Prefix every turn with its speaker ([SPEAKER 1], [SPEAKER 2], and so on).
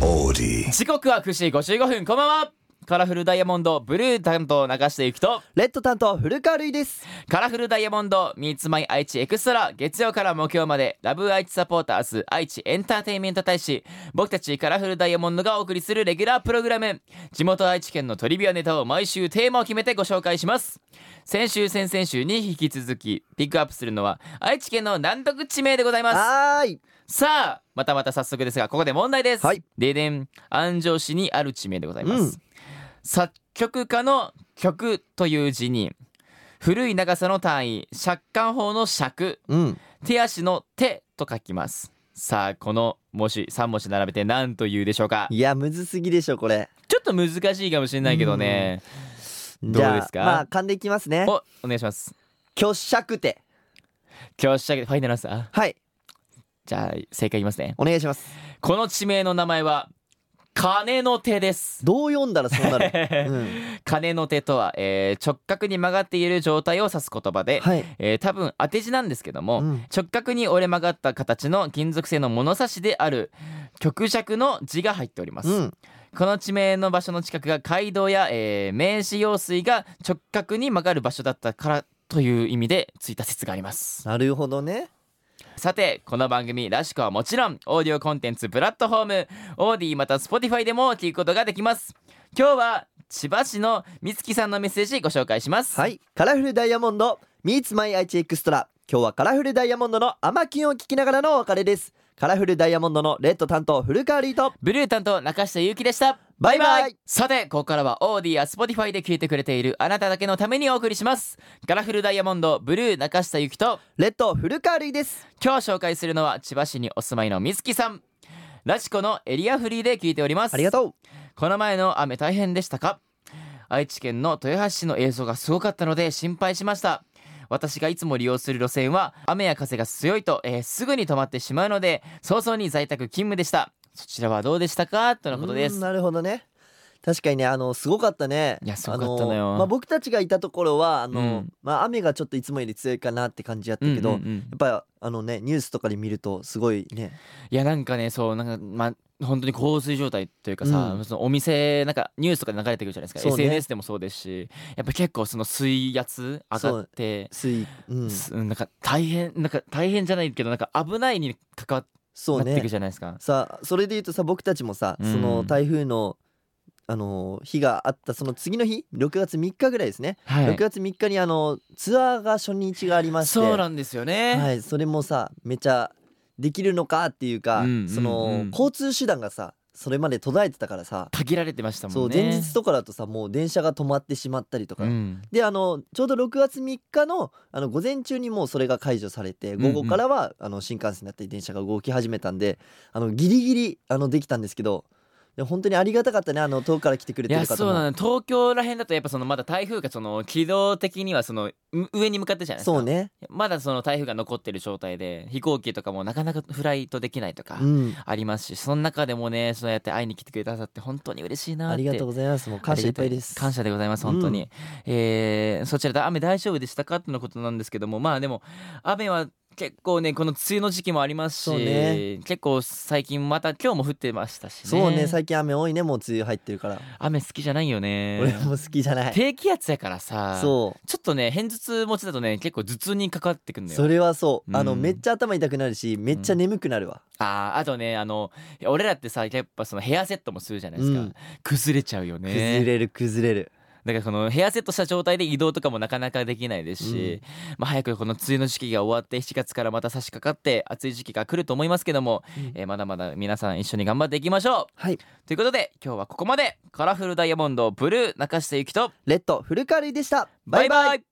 [SPEAKER 1] melody.
[SPEAKER 2] 時刻は9時55分こんばんはカラフルダイヤモンドブルー担当流していくと
[SPEAKER 3] レッド担当古川瑠衣です
[SPEAKER 2] カラフルダイヤモンド Meets My 愛知エクストラ月曜から木曜までラブ愛知サポーターズ愛知エンターテインメント大使僕たちカラフルダイヤモンドがお送りするレギュラープログラム地元愛知県のトリビアネタを毎週テーマを決めてご紹介します先週先々週に引き続きピックアップするのは愛知県の難読地名でございます
[SPEAKER 3] はーい
[SPEAKER 2] さあまたまた早速ですがここで問題です、
[SPEAKER 3] はい
[SPEAKER 2] ででん安城市にある地名でございます、
[SPEAKER 3] うん
[SPEAKER 2] 作曲家の曲という字に古い長さの単位借款法の尺
[SPEAKER 3] うん
[SPEAKER 2] 手足の手と書きますさあこの文字3文字並べて何というでしょうか
[SPEAKER 3] いやむずすぎでしょこれ
[SPEAKER 2] ちょっと難しいかもしれないけどね、
[SPEAKER 3] じゃあ
[SPEAKER 2] どうですか
[SPEAKER 3] まあ噛んでいきますね
[SPEAKER 2] おお願いします
[SPEAKER 3] 虚釈手
[SPEAKER 2] 今日仕上げファイナルアンサー
[SPEAKER 3] はい
[SPEAKER 2] じゃあ正解言いますね
[SPEAKER 3] お願いします
[SPEAKER 2] この地名の名前は金の手です
[SPEAKER 3] どう読んだらそう なる、うん、
[SPEAKER 2] 金の手とは、えー直角に曲がっている状態を指す言葉で、
[SPEAKER 3] はい
[SPEAKER 2] えー多分当て字なんですけども、
[SPEAKER 3] うん
[SPEAKER 2] 直角に折れ曲がった形の金属製の物差しである曲尺の字が入っております、
[SPEAKER 3] うん
[SPEAKER 2] この地名の場所の近くが街道や、えー名刺用水が直角に曲がる場所だったからという意味でついた説があります
[SPEAKER 3] なるほどね
[SPEAKER 2] さてこの番組らしくはもちろんオーディオコンテンツプラットフォームオーディまた Spotify でも聞くことができます今日は千葉市のみつきさんのメッセージご紹介します
[SPEAKER 3] はいカラフルダイヤモンド Meets My IT エクストラ今日はカラフルダイヤモンドのアマキュンを聞きながらのお別れですカラフルダイヤモンドのレッド担当古川瑠衣と
[SPEAKER 2] ブルー担当中下ゆうきでした
[SPEAKER 3] バイバイ
[SPEAKER 2] さてここからはオーディや Spotify で聞いてくれているあなただけのためにお送りしますカラフルダイヤモンドブルー中下ゆきと
[SPEAKER 3] レッド古川瑠衣です
[SPEAKER 2] 今日紹介するのは千葉市にお住まいのみつきさんラチコのエリアフリーで聞いております
[SPEAKER 3] ありがとう
[SPEAKER 2] この前の雨大変でしたか愛知県の豊橋市の映像がすごかったので心配しました私がいつも利用する路線は雨や風が強いと、えーすぐに止まってしまうので早々に在宅勤務でしたそちらはどうでしたかとのことで
[SPEAKER 3] う
[SPEAKER 2] す
[SPEAKER 3] んなるほどね確かにねあのすごかったね
[SPEAKER 2] いやすごかったのよ
[SPEAKER 3] あまあ、僕たちがいたところはあの、
[SPEAKER 2] うん
[SPEAKER 3] まあ、雨がちょっといつもより強いかなって感じやった
[SPEAKER 2] うんうん
[SPEAKER 3] けど、
[SPEAKER 2] う
[SPEAKER 3] や
[SPEAKER 2] ん
[SPEAKER 3] っぱあのねニュースとかで見るとすごいね
[SPEAKER 2] いやなんかねそうなんかまあ本当に洪水状態というかさ、
[SPEAKER 3] うん
[SPEAKER 2] そのお店なんかニュースとかで流れてくるじゃないですか、
[SPEAKER 3] そうね
[SPEAKER 2] SNS でもそうですしやっぱ結構その水圧上がって、
[SPEAKER 3] 水うん
[SPEAKER 2] すなんか大変なんか大変じゃないけどなんか危ないに関わっ
[SPEAKER 3] そう
[SPEAKER 2] なっていく
[SPEAKER 3] ね
[SPEAKER 2] じゃないですか。
[SPEAKER 3] さあそれで言うとさ僕たちもさ、
[SPEAKER 2] うん
[SPEAKER 3] その台風のあの日があったその次の日6月3日ぐらいですね、
[SPEAKER 2] は
[SPEAKER 3] 6月3日にあのツアーが初日がありまして
[SPEAKER 2] そうなんですよね。
[SPEAKER 3] はい、それもさめちゃできるのかっていうか、
[SPEAKER 2] うんうんうん
[SPEAKER 3] その交通手段がさそれまで途絶えてたからさ、
[SPEAKER 2] 限られてました
[SPEAKER 3] そ
[SPEAKER 2] も
[SPEAKER 3] うん
[SPEAKER 2] ね。
[SPEAKER 3] 前日とかだとさもう電車が止まってしまったりとか、
[SPEAKER 2] うん
[SPEAKER 3] であのちょうど6月3日のあの午前中にもうそれが解除されて午後からは、あの新幹線だったり電車が動き始めたんであのギリギリあのできたんですけどで本当にありがたかったねあの遠くから来てくれ
[SPEAKER 2] い
[SPEAKER 3] て
[SPEAKER 2] や
[SPEAKER 3] る方も
[SPEAKER 2] そうなの東京ら辺だとやっぱそのまだ台風がその軌道的にはそのう上に向かってるじゃないですか
[SPEAKER 3] そうね、
[SPEAKER 2] まだその台風が残ってる状態で飛行機とかもなかなかフライトできないとか
[SPEAKER 3] うん、
[SPEAKER 2] ありますしその中でもねそうやって会いに来てくれたさって本当に嬉しいなって
[SPEAKER 3] ありがとうございますもう感謝いっぱいです
[SPEAKER 2] 感謝でございます本当に、えーそちらで雨大丈夫でしたかとのことなんですけどもまあでも雨は結構ねこの梅雨の時期もありますし、
[SPEAKER 3] そうね
[SPEAKER 2] 結構最近また今日も降ってましたしね
[SPEAKER 3] そうね最近雨多いねもう梅雨入ってるから、
[SPEAKER 2] 雨好きじゃないよね
[SPEAKER 3] 俺も好きじゃない
[SPEAKER 2] 低気圧やからさちょ
[SPEAKER 3] そ
[SPEAKER 2] っとね偏頭痛持ちだとね結構頭痛にかかってくん
[SPEAKER 3] う
[SPEAKER 2] だ
[SPEAKER 3] そ
[SPEAKER 2] よ
[SPEAKER 3] れはそう、
[SPEAKER 2] うん
[SPEAKER 3] あのめっちゃ頭痛くなるしめっちゃ眠くなるわ、
[SPEAKER 2] あーあとねあの俺らってさやっぱそのヘアセットもするじゃないですか、
[SPEAKER 3] うん
[SPEAKER 2] 崩れちゃうよね
[SPEAKER 3] 崩れる崩れる
[SPEAKER 2] だからこのヘアセットした状態で移動とかもなかなかできないですし、まあ、早くこの梅雨の時期が終わって7月からまた差し掛かって暑い時期が来ると思いますけども、
[SPEAKER 3] うん
[SPEAKER 2] えーまだまだ皆さん一緒に頑張っていきましょう
[SPEAKER 3] はい
[SPEAKER 2] ということで今日はここまでカラフルダイヤモンドブルー中下ゆきと
[SPEAKER 3] レッド古川瑠衣でした
[SPEAKER 2] バイバイ